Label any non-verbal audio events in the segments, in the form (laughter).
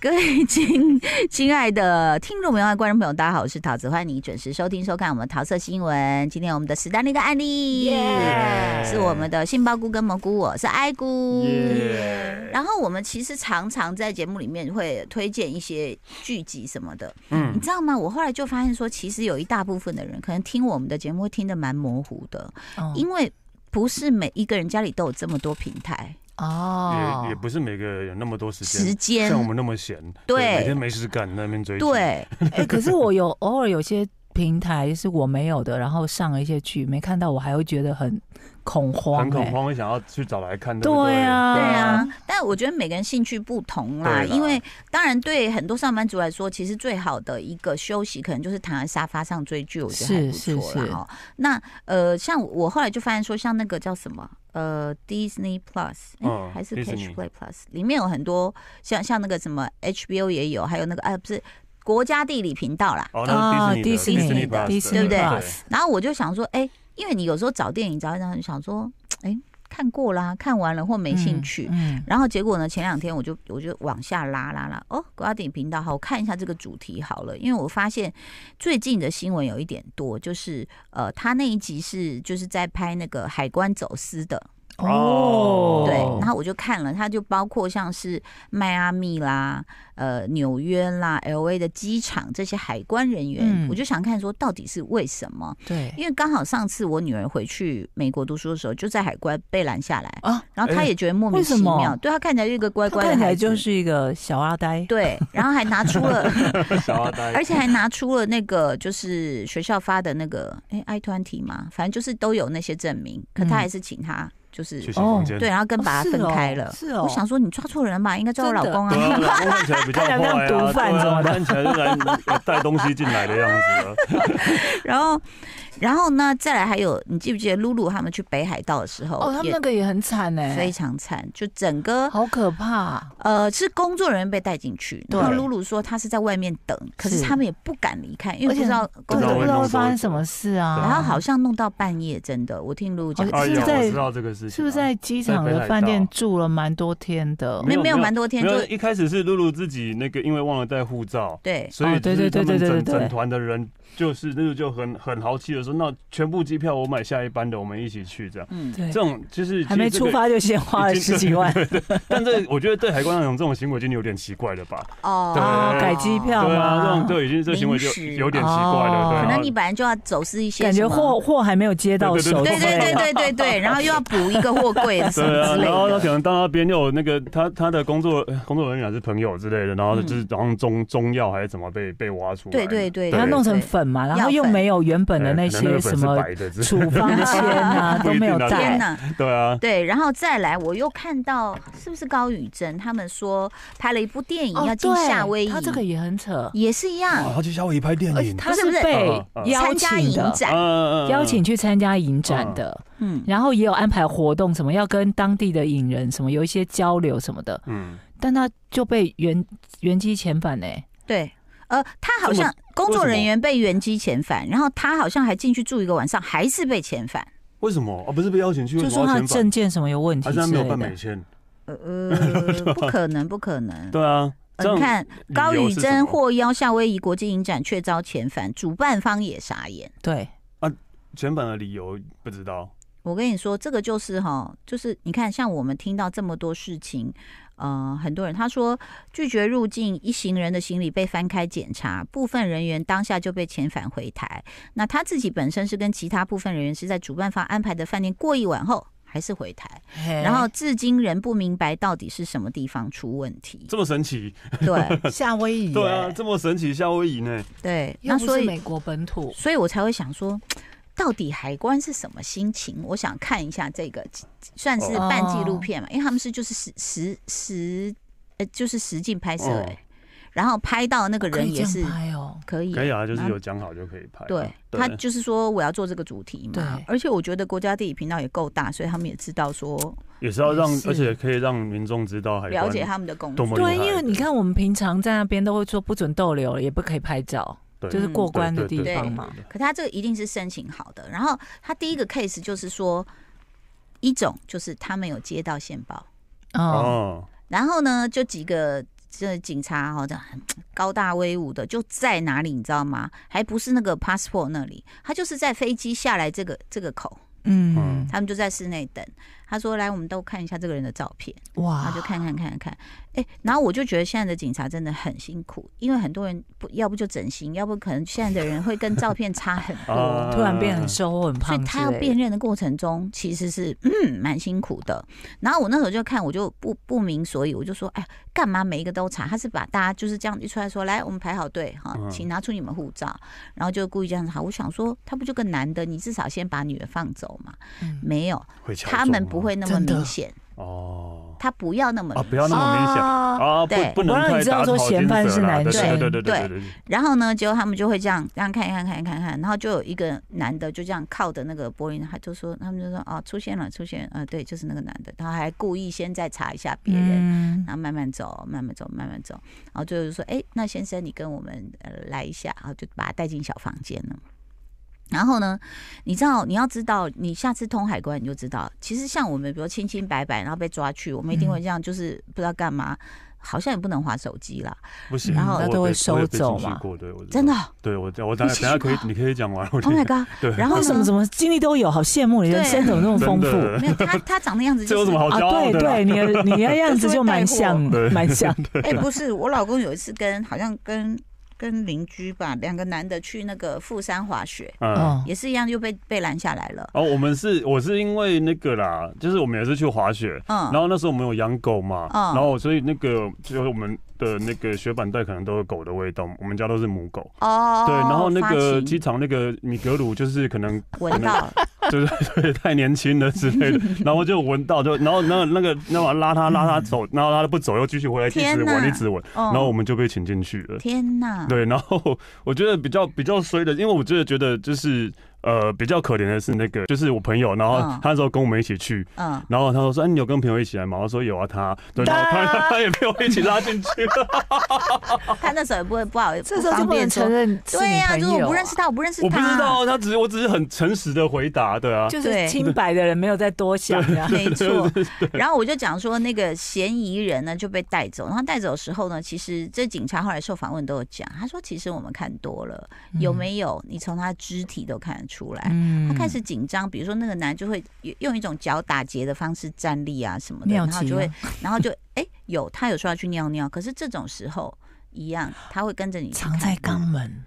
各位亲亲爱的听众朋友、观众朋友，大家好，我是桃子，欢迎你准时收听、收看我们桃色新闻。今天我们的史丹利跟案例 Yeah 是我们的杏鲍菇跟蘑菇，我是爱菇。耶，然后我们其实常常在节目里面会推荐一些剧集什么的，你嗯，知道吗？我后来就发现说，其实有一大部分的人可能听我们的节目会听得蛮模糊的，嗯因为不是每一个人家里都有这么多平台哦也也不是每个人有那么多时嗯间，时间像。我们那么闲，对每天没事干那边追剧，对，哎、可是我有偶尔有些平台是我没有的，然后上了一些剧没看到，我还会觉得很恐慌、很恐哎。慌，会想要去找来看，不对啊，对啊，，但我觉得每个人兴趣不同啦，对啦因为当然对很多上班族来说，其实最好的一个休息可能就是躺在沙发上追剧，我觉得还不是错是啦。哦。那呃，像我后来就发现说，像那个叫什么呃 Disney Plus，、哎嗯还是 Catch Disney Play Plus，里面有很多像像那个什么 HBO 也有，还有那个哎、不是国家地理频道啦，哦，啊那是迪士尼 Disney 的的 Plus，对不对 Plus 然后我就想说，哎、因为你有时候找电影找一找，你想说，哎、看过啦，看完了或没兴趣。嗯，嗯然后结果呢？前两天我就我就往下拉拉拉，哦，国家电影频道好，我看一下这个主题好了，因为我发现最近的新闻有一点多，就是呃，他那一集是就是在拍那个海关走私的，嗯哦对，然后我就看了，它就包括像是迈阿密啦、呃纽约啦、L A 的机场这些海关人员，嗯我就想看说到底是为什么？对因为刚好上次我女儿回去美国读书的时候，就在海关被拦下来，啊，然后她哎也觉得莫名为什其么妙，对她看起来就一个哦乖他乖的孩看子，起来就是一个小阿呆，对，然后还拿出了，小阿呆，而且还拿出了那个就是学校发的那个哎 I 团体嘛，反正就是都有那些证明，可她嗯还是请他就是去洗房间，对，啊然后跟哦把他分开了。是哦，是哦我想说你抓错人吧，应该抓我老公对啊。啊，老公看起来比较坏 (laughs) 看啊，起来像毒贩对啊什么的看起来就来带东西进来的样子 (laughs) 啊了，然后，然后呢，再来还有，你记不记得露露他们去北海道的时候，哦，他们那也个也很惨哎、非常惨，就整个好可怕，呃是工作人员被带进去，然后对露露说她是在外面等，可是是他们也不敢离开，因为不而且知道真工的作不不人知员。道会发生什么事啊。然后好像弄到半夜，真的，我听露露讲好，哎像呀，是在我知道这个事情啊，是不是在机场的饭店住了蛮多天的？没有没有没有蛮多天没就有，一开始是露露自己那个，因为忘了带护照，对所以哦对就是对他们对对对整对对整团的人就是那个就很很豪气的说，那全部机票我买下一班的，我们一起去这样。嗯，对这，种就是还没其实这出个，发就先花了已经十几万， (laughs) 但这我觉得对海关那种这种行为已经有点奇怪了吧？对哦哦，改机票对啊，这嘛种，对已经这行为就临时有点奇怪了，哦对啊。可能你本来就要走私一些感什觉么货货还没有接到手，对对对对对对，然后又要补一个货柜什对么啊，之类然后他可的。能到那边又有那个他他的工作工作人员还是朋友之类的，然后嗯就是好像中中药还是怎么被被挖出来对的，对对，然后对弄成粉嘛，然后又没有原本的那哎可能些个什粉是么白的之类的 (laughs) 处方签 (laughs) 啊不都一定啊没天有带，哪， (laughs) 对啊，对，然后再来，我又看到是不是高宇珍他们说拍了一部电影要进夏威夷，哦他这个也很扯，也是一哦样，他去夏威夷拍电而且影，他不是是不是被嗯嗯嗯邀参加请影的。展，嗯邀请去参加影展的，嗯，然后也有安排活动，什么要跟当地的影人什么有一些交流什么的，嗯，但他就被原原机遣返呢、对。呃，他好像工作人员被原机遣返，然后他好像还进去住一个晚上，还是被遣返。为什么啊？不是被邀请去，就为什说么他要的遣返证件什么有问题还之是他没有类办美的。签？呃 (laughs) 呃，不可能，不可能。对啊，这呃、样你看，理高由宇是什珍么获邀夏威夷国际影展却遭遣返，主办方也傻眼。对，全版的理由不知道，我跟你说，这个就是哈，就是你看，像我们听到这么多事情，呃，很多人他说拒绝入境，一行人的行李被翻开检查，部分人员当下就被遣返回台。那他自己本身是跟其他部分人员是在主办方安排的饭店过一晚后，还是回台，然哎然后至今仍不明白到底是什么地方出问题。这么神奇，对夏威夷、对啊，，这么神奇，夏威夷呢？对，又那不所是以美国本土，所以我才会想说，到底海关是什么心情？我想看一下这个，算是哦半纪录片嘛，因为他们是就是实实实，呃，就是实境拍摄、哦哎、然后拍到那个可人以也这是样拍哦。可以。可以啊，就是然后有讲好就可以拍啊。对他对就是说我要做这个主题嘛对，而且我觉得国家地理频道也够大，所以他们也知道说也是要让也，是而且可以让民众知道海关了解他们的工多作，么厉害对，因为你看我们平常在那边都会说不准逗留，也不可以拍照，对就是过关的地对对方嘛对。可他这个一定是申请好的。然后他第一个 case 就是说，一种就是他们有接到线报，哦，哦，然后呢，就几个这警察哈、这样很高大威武的，就在哪里你知道吗？还不是那个 passport 那里，他就是在飞机下来这个这个口，嗯，他们就在室内等。他说：“来，我们都看一下这个人的照片。”然哇，后就看看看看，哎、然后我就觉得现在的警察真的很辛苦，因为很多人不要不就整形，要不可能现在的人会跟照片差很多。啊突然变很瘦或很所胖以之类的，他要辨认的过程中，其实是嗯蛮辛苦的。然后我那时候就看，我就不不明所以，我就说，哎，干嘛每一个都查？他是把大家就是这样一出来说，来，我们排好队哈，嗯请拿出你们护照，然后就故意这样查。我想说，他不就跟男的，你至少先把女的放走嘛？嗯没有，会敲钟他们不会那么哦真的明显，哦他不要那么啊，明不要那么明显啊啊，对不不能我让太你知道打说草嫌惊犯蛇是啦男对生对对对对对对，然后呢，结果他们就会这样这样看一看看一看看一看，然后就有一个男的就这样靠着那个柏林，他就说他们就说哦出现了出现了，呃对，就是那个男的，他还故意先再查一下别人，嗯然后慢慢走慢慢走慢慢走，然后最后就说哎那先生你跟我们呃来一下，然后就把他带进小房间了。然后呢，你知道你要知道，你下次通海关你就知道，其实像我们比如清清白白，然后被抓去，我们一定会这样，就是不知道干嘛，好像也不能划手机啦，不行，然后我那有都会被收我有被走进去嘛过对，我知道真的。对我我等下你进等下去可以过你可以讲完，我觉 Oh 得 my god！嗯对，然后为什么呢怎么经历都有，好羡慕你人对生怎么那么丰真富 (laughs) 的没有他，他长那样子这有就什是么好啊？骄傲对的啦？对，你的你的样子就蛮像， (laughs) (laughs) 对啊蛮像，哎、不是，我老公有一次跟好像跟跟邻居吧，两个男的去那个富山滑雪， (laughs) 嗯。嗯也是一样就被被拦下来了。哦，我们是我是因为那个啦，就是我们也是去滑雪，嗯，然后那时候我们有养狗嘛，嗯然后所以那个就是我们的那个雪板带可能都有狗的味道，我们家都是母狗。哦，对，然后那个发情机场那个米格鲁就是可能闻到了，就是对太年轻了之类的，然后就闻到就然后那那个那我拉他拉他走，然后他不走又继续回来一天直哪闻一直闻，嗯 (laughs) 然后我们就被请进去了。天哪， (laughs) 对，然后我觉得比较比较衰的，因为我真的觉得就是呃比较可怜的是那个，就是我朋友，然后嗯他那时候跟我们一起去，嗯，然后他就说：“哎、你有跟朋友一起来吗？”我说：“有啊，他。”对，然后当他然啊 (laughs) 他他也被我一起 (laughs) 拉进去了。他那时候也不会不好， (laughs) 这不时候就方不能便承说。认是对你呀、朋就是我友啊不认识他，我不认识他，我不知道，哦他只是我只是很诚实的回答，对啊，就是对清白的人没有再多想 (laughs) 呀。 (laughs) 没错。然后我就讲说，那个嫌疑人呢就被带走。然后带走的时候呢，其实这警察后来受访问都有讲，他说其实我们看多了，有没有？你从他肢体都看得出来。嗯他开始紧张，比如说那个男就会用用一种脚打结的方式站立啊什么的，妙然极后就会，然后就 (laughs) 哎、有他有说要去尿尿，可是这种时候一样，他会跟着你去嗯藏看在肛门，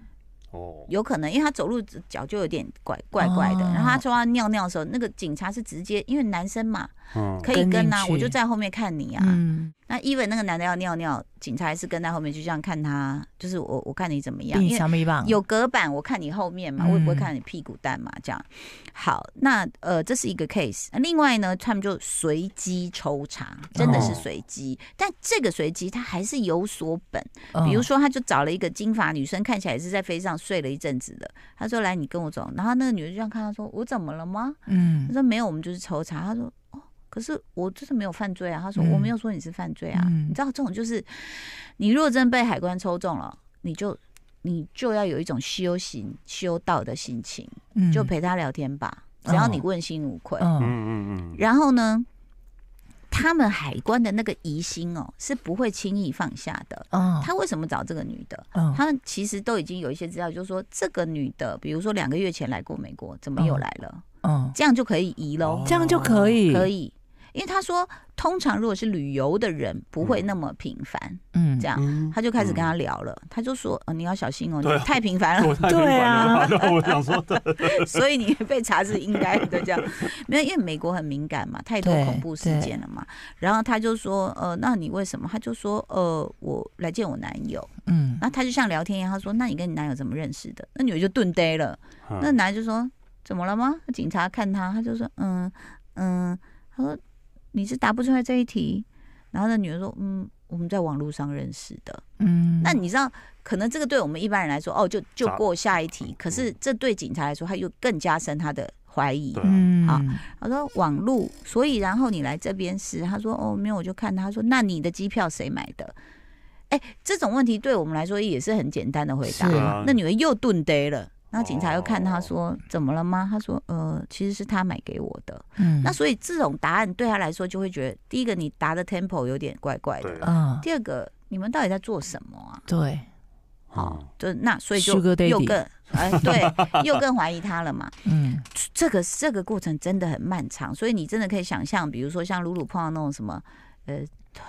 哦，有可能，因为他走路脚就有点怪怪怪的。哦然后他说他尿尿的时候，那个警察是直接，因为男生嘛嗯，可以跟啊，跟进去我就在后面看你啊。嗯，那 even 那个男的要尿尿，警察还是跟在后面就这样看他，就是我我看你怎么样，比因你为强一棒，有隔板，我看你后面嘛，嗯我也不会看你屁股蛋嘛，这样。好，那呃，这是一个 case。另外呢，他们就随机抽查，真的是随机，哦但这个随机它还是有所本。嗯，比如说，他就找了一个金发女生，看起来也是在飞机上睡了一阵子的。他说：“来，你跟我走。”然后那个女的就这样看他说：“我怎么了吗？”嗯他，说：“没有，我们就是抽查。”他说：“哦，可是我就是没有犯罪啊。”他说：“嗯我没有说你是犯罪啊。嗯你知道这种就是，你如果真被海关抽中了，你就你就要有一种修行修道的心情，嗯就陪他聊天吧，只要你哦问心无愧。嗯嗯嗯嗯，然后呢，他们海关的那个疑心哦，是不会轻易放下的。嗯他为什么找这个女的？嗯他们其实都已经有一些资料，就是说这个女的，比如说两个月前来过美国，怎么又来了？嗯，这样就可以移喽。这样就可以，可，以，因为他说，通常如果是旅游的人，不会那么频繁，嗯这样、嗯啊他就开始跟他聊了。他就说：“哦，你要小心哦，你对啊太频繁了，(laughs) 我太平凡了，啊 (laughs) 对啊我想说的，所以你被查是应该的。” (laughs) 这样没有，因为美国很敏感嘛，太多对恐怖事件了嘛。然后他就说：“呃，那你为什么？”他就说：“呃，我来见我男友。”嗯，然后他就像聊天一样，他说：“那你跟你男友怎么认识的？”那女的就顿呆了。 (laughs) 嗯那男的就说：“怎么了吗？”警察看他，他就说：“嗯嗯。”他说：“你是答不出来这一题。”然后那女的说：“嗯，我们在网络上认识的。嗯，那你知道，可能这个对我们一般人来说，哦，就就过下一题。可是这对警察来说，他又更加深他的怀疑。对嗯好，他说：“网络，所以然后你来这边时，他说：‘哦，没有，我就看他。’他说：‘那你的机票谁买的？’哎，这种问题对我们来说也是很简单的回答是。啊那女的又顿呆了，然后警察又看他说：‘怎么了吗？’他说：‘呃，其实是他买给我的。’嗯，那所以这种答案对他来说就会觉得，第一个你答的 tempo 有点怪怪的，对，啊嗯，第二个你们到底在做什么啊？对，好，嗯就那所以就 Sugar daddy 又更哎，对，又更怀疑他了嘛。嗯，这个这个过程真的很漫长，所以你真的可以想象，比如说像鲁鲁碰到那种什么，呃，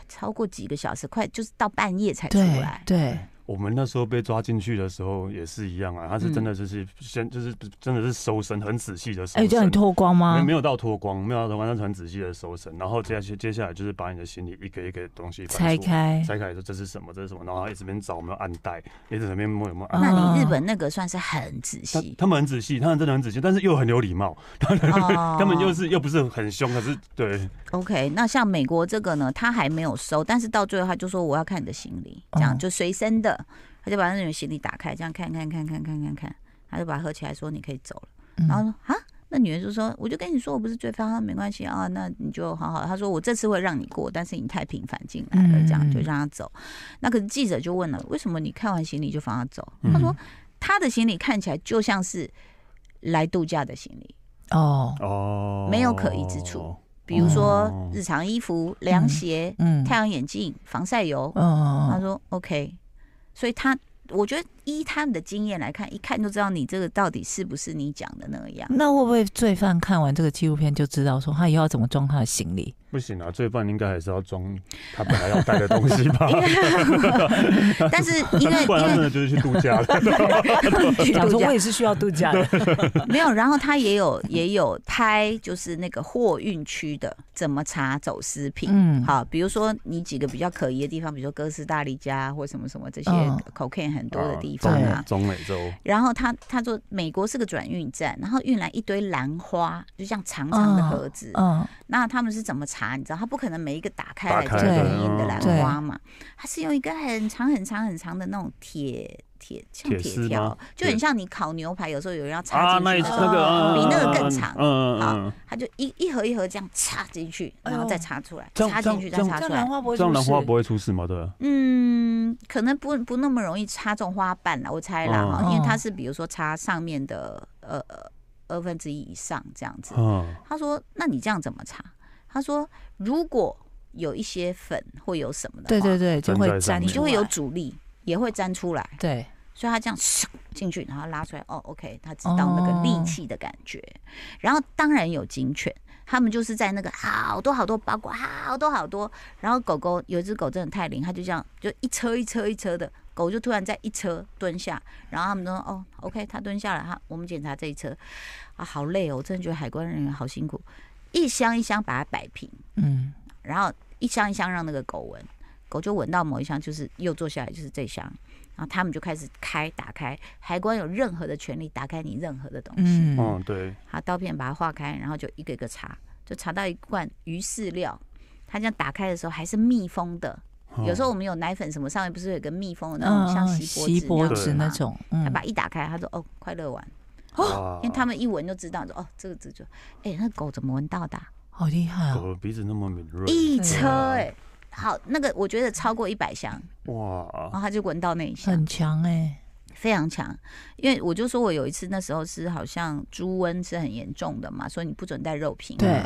超过几个小时，快就是到半夜才出对来。对，我们那时候被抓进去的时候也是一样啊，他是真的嗯就是先、就是真的是搜身，很仔细的搜身。哎，叫你脱光没吗啊有没？有到脱光，没有到脱光，但是很仔细的搜身，然后接下去接下来就是把你的行李一个一个东西拆翻出来，开，拆开说这是什么，这是什么，然后他一直边找有没有暗袋，一直在那边摸有没有暗。那你日本那个算是很仔他细，他们很仔细，他们真的很仔细，但是又很有礼貌，他他 (laughs) 们又是又不是很凶，可是对 OK，那像美国这个呢，他还没有收，但是到最后他就说我要看你的行李，这样哦就随身的，他就把那种行李打开，这样看看看看看看看，他就把它合起来说你可以走了，然后嗯，说啊，那女人就说我就跟你说我不是罪犯，啊没关系啊，那你就好好，他说我这次会让你过，但是你太频繁进来了，嗯这样嗯就让他走。那可是记者就问了，为什么你看完行李就放他走？嗯他说他的行李看起来就像是来度假的行李，哦，哦，没有可疑之处。比如说哦日常衣服、凉鞋、嗯，太阳眼镜、防晒油。嗯，他嗯，说 OK，所以他我觉得依他们的经验来看，一看就知道你这个到底是不是你讲的那 (laughs) 样。那会不会罪犯看完这个纪录片就知道说他以后要怎么装他的行李？不行啊，罪犯应该还是要装他本来要带的东西吧， (laughs) 但是因 (laughs) 为啊不然他因为真的就是去度 (laughs) 假了。讲说我也是需要度假的，没有，然后他也有也有拍，就是那个货运区的怎么查走私品。嗯，好，比如说你几个比较可疑的地方，比如说哥斯达黎加或什么什么这些嗯 cocaine 很多的地中方美啊，中美洲，然后他他说美国是个转运站，然后运来一堆兰花，就像长长的盒子。嗯，那他们是怎么查？你知道，他不可能每一个打开来打开就嗯是对硬硬的兰对花嘛，它是用一个很长很长很长的那种铁铁像铁铁丝条吗，就很对像你烤牛排，有时候有人要啊，插进那一去的次时候，那个哦嗯比那个嗯更嗯长嗯好嗯嗯，它就一一盒一盒这样插进去，哎然后呦再插出来，这样插进去再这样插这出样兰来。花不会这样兰花出事不会出事吗？对吧，嗯，可能不不那么容易插中花瓣啦，我猜啦嗯哈，因为它是比如说插上面的呃呃二分之一以上这样子。嗯，他说：“那你这样怎么查？”他说：“如果有一些粉或有什么的话，对对对，就会粘在上粘面你就会出来有阻力，也会粘出来。对，所以他这样咻进去，然后拉出来，哦，OK，他知道那个力气的感觉。然后当然有警犬，他们就是在那个好多好多包裹，好多好多。然后狗狗有一只狗真的太灵，它就这样就一车一车一车的，狗就突然在一车蹲下，然后他们都说哦，OK，它蹲下了，哈，我们检查这一车啊，好累哦，我真的觉得海关人员好辛苦，一箱一箱把它摆平，嗯，然后一箱一箱让那个狗闻，狗就闻到某一箱，就是又坐下来就是这箱，然后他们就开始开打开，海关有任何的权利打开你任何的东西，嗯，嗯，对，好刀片把它划开，然后就一个一个查，就查到一罐鱼饲料，它这样打开的时候还是密封的，嗯有时候我们有奶粉什么上面不是有一个密封的那哦种像嗯，锡锡箔箔纸纸那那样子嘛。种，他嗯，把一打开，他说：“哦，快乐丸。哇”哦因为他们一闻就知道，说：“哦，这个这就……哎、那狗怎么闻到的啊、好厉害哦，狗的鼻子那么敏锐，一车啊哎、好，那个我觉得超过一百箱，然哇，后他就闻到那一箱，很强哎，非常强。因为我就说我有一次那时候是好像猪瘟是很严重的嘛，所以你不准带肉品。对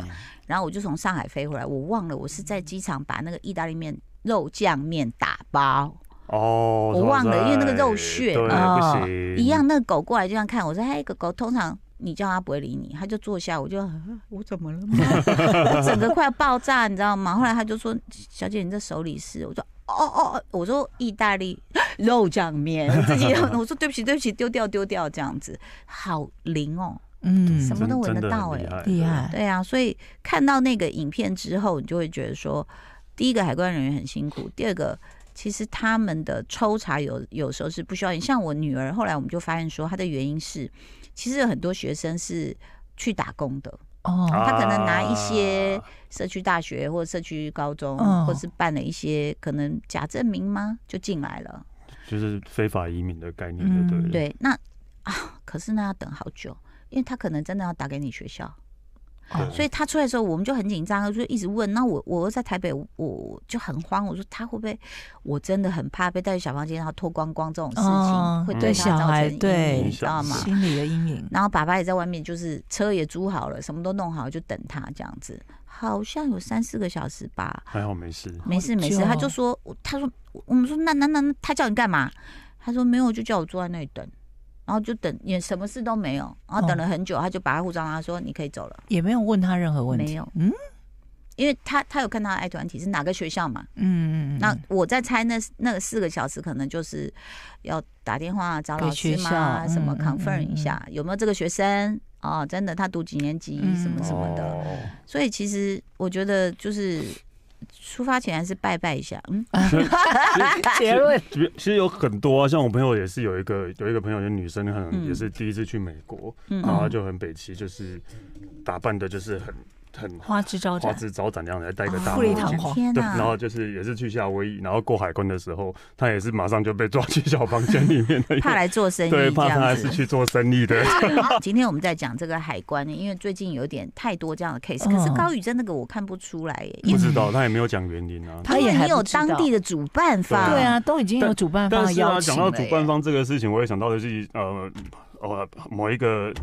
然后我就从上海飞回来，我忘了我是在机场把那个意大利面肉酱面打包。哦，我忘了哇因塞为那个肉屑哦对，嘛不行，一样，那个狗过来就这样看我说：“嘿，狗狗，通常你叫它不会理你，它就坐下。”我就、 (laughs) 啊我怎么了吗？ (laughs) 我整个快要爆炸，你知道吗？后来他就说：“小姐，你这手里是？”我说：“ (laughs) 哦哦，哦，我说意大利 (laughs) 肉酱面，自己 (laughs) 我说对不起，对不起，丢掉丢掉这样子，好灵哦。嗯，什么都闻得真的到很哎厉厉害害，对啊，所以看到那个影片之后，你就会觉得说，第一个海关人员很辛苦，第二个。其实他们的抽查有有时候是不需要你，像我女儿，后来我们就发现说，她的原因是，其实有很多学生是去打工的，哦，啊他可能拿一些社区大学或社区高中，嗯或是办了一些可能假证明吗，就进来了。就是非法移民的概念，嗯对不对了？对，那啊，可是那要等好久，因为他可能真的要打给你学校，哦对所以他出来的时候，我们就很紧张，就一直问。那我我在台北，我我就很慌，我说他会不会？我真的很怕被带去小房间，然后脱光光这种事情，嗯会嗯对对他小造孩成阴对影，你知道吗？心理的阴影。然后爸爸也在外面，就是车也租好了，什么都弄好，就等他这样子。好像有三四个小时吧，还好没事。没事没事，久哦他就说，我他说我们说那那那那他叫你干嘛？他说没有，就叫我坐在那里等，然后就等也什么事都没有，然后等哦了很久，他就把他护照拿，他说你可以走了，也没有问他任何问题，没有嗯因为他他有看他的爱团体是哪个学校嘛，嗯嗯，嗯那我在猜那那个四个小时可能就是要打电话找老师给学嘛，校什么嗯嗯 confirm 嗯一下、有没有这个学生哦，真的他读几年级、嗯什么什么的，哦所以其实我觉得就是出发前还是拜拜一下，嗯，啊结论其实其实有很多啊，像我朋友也是有一个有一个朋友，就女生可能嗯也是第一次去美国，嗯然后她就很北齐，就是打扮的就是很很花枝招花展，枝招展那样的，戴一个哦大墨富丽镜。堂皇天对，哪、然后就是也是去夏威夷，然后过海关的时候，他也是马上就被抓去小房间里面的，怕来做生意对，这怕他还样是子。去做生意的。今天我们在讲这个海关，因为最近有点太多这样的 case，、可是嗯高宇真那个我看不出来耶，因不为知道，他也没有讲原因啊。他也因为还你有不知道当地的主办方，对啊，都已经有但主办但方是邀啊，请讲了耶，到主办方这个事情，我也想到的是，呃，呃，某一个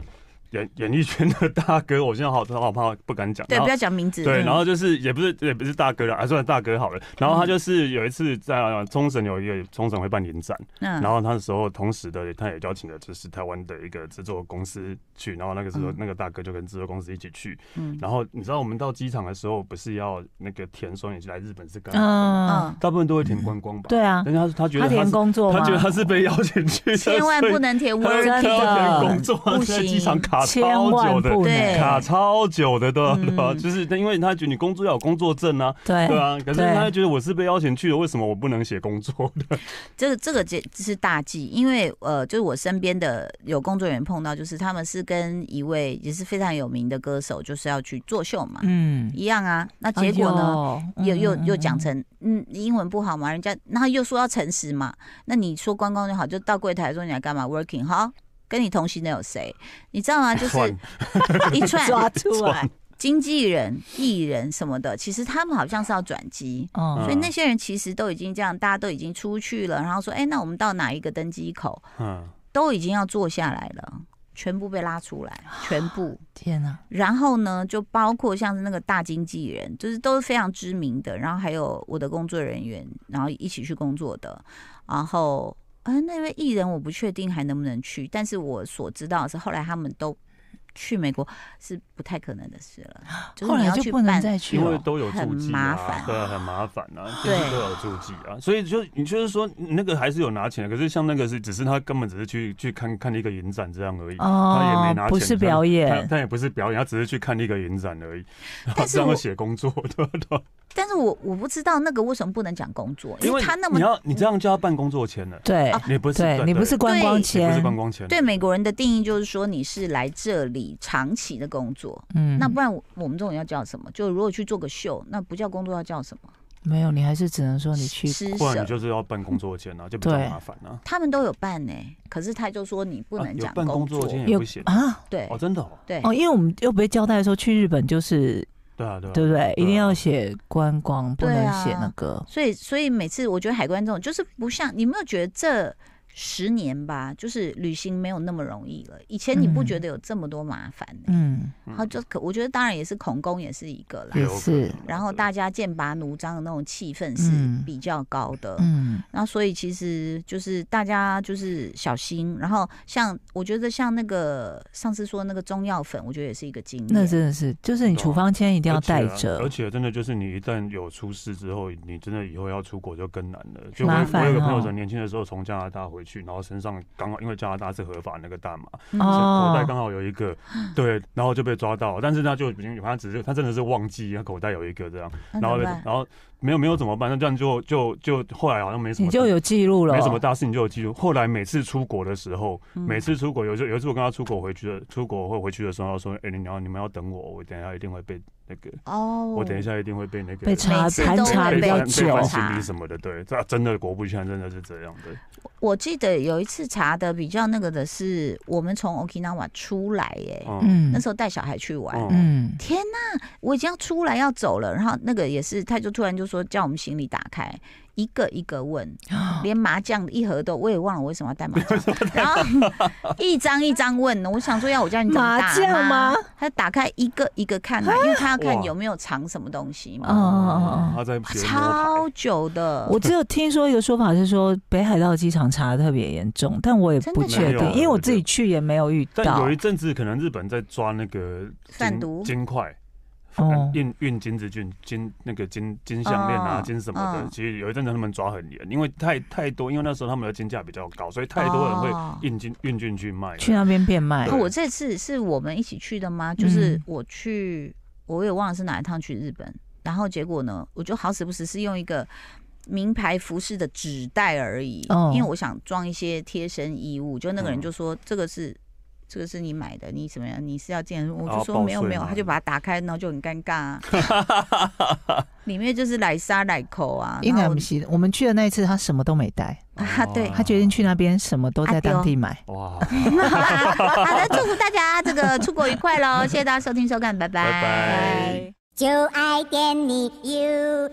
演演艺圈的大哥，我现在好好怕不敢讲。对，然后不要讲名字，对，嗯然后就是也不是也不是大哥了，啊，算大哥好了。然后他就是有一次在呃冲绳有一个冲绳会办影展，嗯然后那时候同时的他也邀请了就是台湾的一个制作公司去，然后那个时候嗯那个大哥就跟制作公司一起去。嗯然后你知道我们到机场的时候不是要那个填说你来日本是干嘛？嗯，嗯，大部分都会填观光吧？对啊，但是他他觉他得他填是工作他吗？觉得他是被邀请去的，千万不 (laughs) 所以能填他 work，要真的填工作，他不在行机场卡千超久万的不。对能卡超久的，对啊，嗯对啊，就是因为他觉得你工作要有工作证啊，对对啊，可是对他觉得我是被邀请去的，为什么我不能写工作的？这个这个这这是大忌，因为呃，就是我身边的有工作人员碰到，就是他们是跟一位也是非常有名的歌手，就是要去作秀嘛，嗯，一样啊。那结果呢，哎呦又又嗯又讲成嗯英文不好嘛，人家那又说要诚实嘛，那你说观光就好，就到柜台说你来干嘛 working 哈，跟你同行的有谁？你知道吗？就是算一嗯串嗯抓出来，经纪人、艺人什么的，其实他们好像是要转机，嗯所以那些人其实都已经这样，大家都已经出去了，然后说，哎、那我们到哪一个登机口，嗯，都已经要坐下来了，全部被拉出来，全部。天哪，然后呢，就包括像是那个大经纪人，就是都是非常知名的，然后还有我的工作人员，然后一起去工作的，然后。嗯、那位艺人我不确定还能不能去，但是我所知道的是，后来他们都去美国是不太可能的事了。就是啊后你来要就去不能办再去因为了，都有很注记麻啊烦，对啊，很麻烦啊，就对是都有注记啊，所以就你就是说那个还是有拿钱的，可是像那个是只是他根本只是去去看看一个影展这样而已，哦他也没拿不钱是他表他演，他也不是表演，他只是去看一个影展而已，然后但是这样我会写工作，对吧？ (laughs) 对吧啊但是我我不知道那个为什么不能讲工作，因因为为他那你么要你这样就要办工作签了，对啊你不是对，你不是观光你不签是，观光签，对美国人的定义就是说你是来这里长期的工作，嗯那不然我我们这种要叫什么？就如果去做个秀，那不叫工作要叫什么？没有，你还是只能说你去施不然你舍。就是要办工作签啊，就比较对麻烦啊。他们都有办呢、可是他就说你不啊能有讲办工作，作签也有不行啊。对哦，真的哦，对哦，因为我们又不被交代说去日本就是对啊，对啊，对不对？对一定要写观光，不对能啊写那个。所以所以每次我觉得海关这种就是不像你有没有觉得这十年吧，就是旅行没有那么容易了。以前你不嗯觉得有这么多麻烦、呢？嗯，然后就可我觉得当然也是恐攻也是一个啦，也有可能是然后大家剑拔弩张的那种气氛是嗯比较高的。嗯，然后，所以其实就是大家就是小心。然后像我觉得像那个上次说那个中药粉，我觉得也是一个经那验。真的是，就是你对啊处方签一定要带而且啊而着，且真的就是你一旦有出事之后，你真的以后要出国就更难了。就我麻我烦有个朋友哦从年轻的时候从加拿大回去，然后身上刚好因为加拿大是合法那个大麻，嗯口袋哦，刚好有一个，对，然后就被抓到，但是他就已经他只是他真的是忘记他口袋有一个这样，那怎然后么呢办？然后没有没有怎么办？那这样就就就后来好像没什么，你就有记录了，嗯没什么大事情就有记录。后来每次出国的时候，每次出国有时候有一次我跟他出国回去的，出国或回去的时候，他说：“哎、你要你们要等我，我等一下一定会被那个，哦，我等一下一定会被那个被查每次盘都查啊会比被较翻被久翻查，行李什么的。”对，这啊真的果不其然，真的是这样的。我记得有一次查的比较那个的是，我们从 Okinawa 出来耶，嗯嗯那时候带小孩去玩。嗯嗯天呐，我已经要出来要走了，然后那个也是，他就突然就说叫我们行李打开，一个一个 (gasps) 问，连麻将一盒都我也忘了我为什么要带麻将， (laughs) 然后一张一张问，我想说要我叫你怎么麻打将吗？啊他打开一个一个看啊嘛，因为他要看有没有藏什么东西哦嘛，哦哦他在学摸超久的，我只有听说一个说法是说北海道机场查的特别严重，但我也真的不确假的定，因为我自己去也没有遇啊牌，但到有一。阵子可能日本在抓那个金贩毒金块。呃哦运运金子菌、金那个金金项链啊、哦金什么的，嗯其实有一阵子他们抓很严，因为太太多，因为那时候他们的金价比较高，所以太多人哦会运进运进去卖。去那边变卖啊，我这次是我们一起去的嗯吗？就是我去，我也忘了是哪一趟去日本，然后结果呢，我就好死不死是用一个名牌服饰的纸袋而已，哦因为我想装一些贴身衣物。就那个人嗯就说、这个是。这个是你买的，你怎么样？你是要这样？我然哦就后说报没有税没有，吗他就把它打开，然后就很尴尬、啊， (laughs) 里面就是奶沙奶口啊，应然该哦后不是，我们去的那一次他什么都没带，啊对 (laughs) 他决定去那边什么都啊在哦当地买。哇，好的，祝福大家这个出国愉快喽！谢谢大家收听收看，拜拜拜就爱点你 U